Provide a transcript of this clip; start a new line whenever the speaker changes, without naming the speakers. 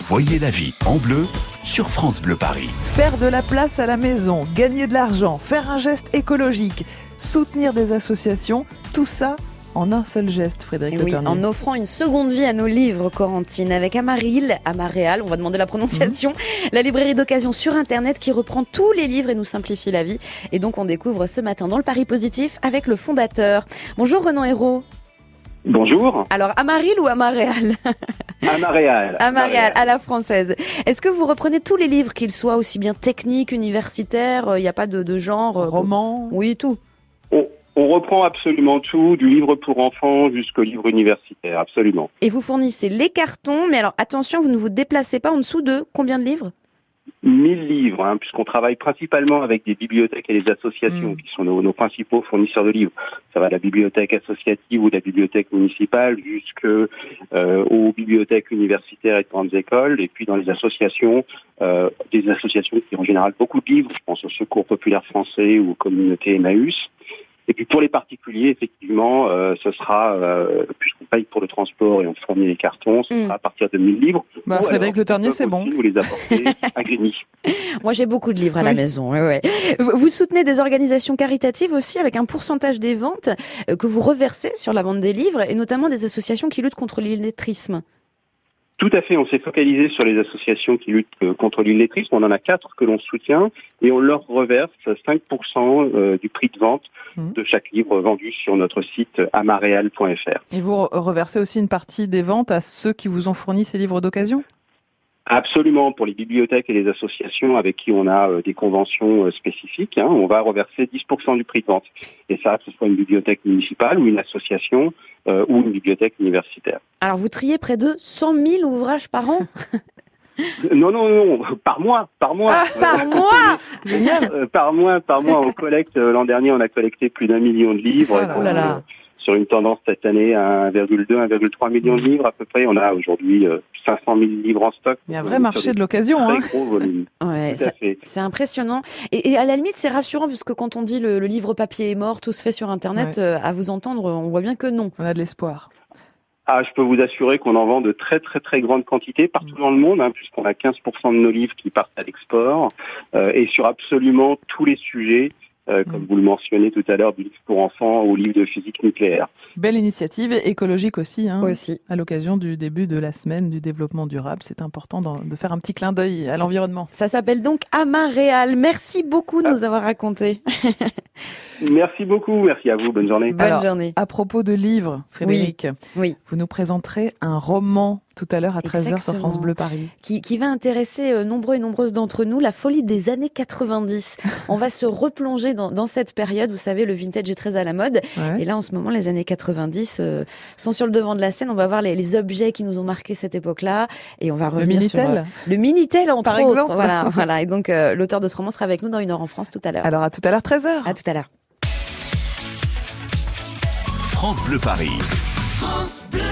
Voyez la vie en bleu sur France Bleu Paris.
Faire de la place à la maison, gagner de l'argent, faire un geste écologique, soutenir des associations, tout ça en un seul geste, Frédéric
Et oui,
Leternier.
en offrant une seconde vie à nos livres, Corentine, avec Amaril, Amaréal, on va demander la prononciation, la librairie d'occasion sur Internet qui reprend tous les livres et nous simplifie la vie. Et donc, on découvre ce matin dans le Paris Positif avec le fondateur. Bonjour Renan Hérault.
Bonjour,
Alors, Amaril ou Amaréal
Amaréal.
Amaréal, à la française. Est-ce que vous reprenez tous les livres, qu'ils soient aussi bien techniques, universitaires, euh, il n'y a pas de, de genre euh,
Roman,
Oui, tout.
On, on reprend absolument tout, du livre pour enfants jusqu'au livre universitaire, absolument.
Et vous fournissez les cartons, mais alors attention, vous ne vous déplacez pas en dessous de combien de livres
1000 livres, hein, puisqu'on travaille principalement avec des bibliothèques et des associations
Mm.
qui sont nos, nos principaux fournisseurs de livres. Ça va de la bibliothèque associative ou de la bibliothèque municipale jusque euh, aux bibliothèques universitaires et de grandes écoles, et puis dans les associations, euh, des associations qui ont en général beaucoup de livres, je pense au Secours populaire français ou aux communautés Emmaüs. Et puis pour les particuliers, effectivement, euh, ce sera, euh, puisqu'on paye pour le transport et on fournit les cartons, ce
Mm.
sera à partir de 1000 livres.
Bah,
Ou
Frédéric
alors,
Le Ternier,
ils peuvent
c'est bon.
aussi Vous les apportez à Grigny.
Moi, j'ai beaucoup de livres à la
Oui.
maison. ouais, ouais. Vous vous soutenez des organisations caritatives aussi avec un pourcentage des ventes euh, que vous reversez sur la vente des livres et notamment des associations qui luttent contre l'illettrisme.
Tout à fait, on s'est focalisé sur les associations qui luttent euh, contre l'illettrisme. On en a quatre que l'on soutient et on leur reverse 5% euh, du prix de vente
Mhm.
de chaque livre vendu sur notre site amareal.fr.
et vous re- reversez aussi une partie des ventes à ceux qui vous ont fourni ces livres d'occasion
Absolument, pour les bibliothèques et les associations avec qui on a euh, des conventions euh, spécifiques, hein, on va reverser 10% du prix de vente. Et ça, que ce soit une bibliothèque municipale ou une association euh, ou une bibliothèque universitaire.
Alors, vous triez près de 100 000 ouvrages par an
Non, non, non, par mois, par mois.
Ah,
par mois
Euh, par mois, par mois, on collecte. euh, L'an dernier, on a collecté plus d'un million de livres.
Oh là
Oh là là.
Sur une tendance cette année à 1,2, 1,3 million de livres à peu près. On a aujourd'hui euh, 500 000 livres en stock.
Il y a un
Donc,
vrai
on est
marché
sur
de
des
l'occasion. Hein.
Très gros volume.
Ouais,
Tout à
ça-
fait.
c'est impressionnant. Et, et à la limite, c'est rassurant puisque quand on dit le, le livre papier est mort, tout se fait sur Internet, euh, à vous entendre, on voit bien que non.
On a de l'espoir.
Ah, je peux vous assurer qu'on en vend de très très très grandes quantités partout dans le monde, hein, puisqu'on a 15% de nos livres qui partent à l'export, euh, et sur absolument tous les sujets, euh, comme
Mm.
vous le mentionnez tout à l'heure, du livre pour enfants au livre de physique nucléaire.
Belle initiative et écologique aussi. Hein.
Aussi.
À l'occasion du début de la semaine du développement durable, c'est important d'en- de faire un petit clin d'œil à l'environnement.
Ça s'appelle donc Amaréal. Merci beaucoup de nous avoir raconté.
Merci beaucoup, merci à vous, bonne journée.
Bonne
Alors,
journée.
À propos de livres, Frédéric,
Oui.
vous nous présenterez un roman tout à l'heure à 13h sur
Exactement.
France Bleu Paris.
qui, qui va intéresser euh, nombreux et nombreuses d'entre nous, la folie des années 90. On va se replonger dans, dans cette période, vous savez, le vintage est très à la mode.
Ouais.
Et là, en ce moment, les années 90 euh, sont sur le devant de la scène. On va voir les, les objets qui nous ont marqué cette époque-là. Et on va
Le
revenir sur euh,
Minitel
le Minitel, entre
Par
autres.
exemple.
Voilà, voilà. Et donc, euh, l'auteur de ce roman sera avec nous dans Une heure en France tout à l'heure.
Alors à tout à l'heure 13h.
À tout à l'heure.
France Bleu Paris.
France Bleu.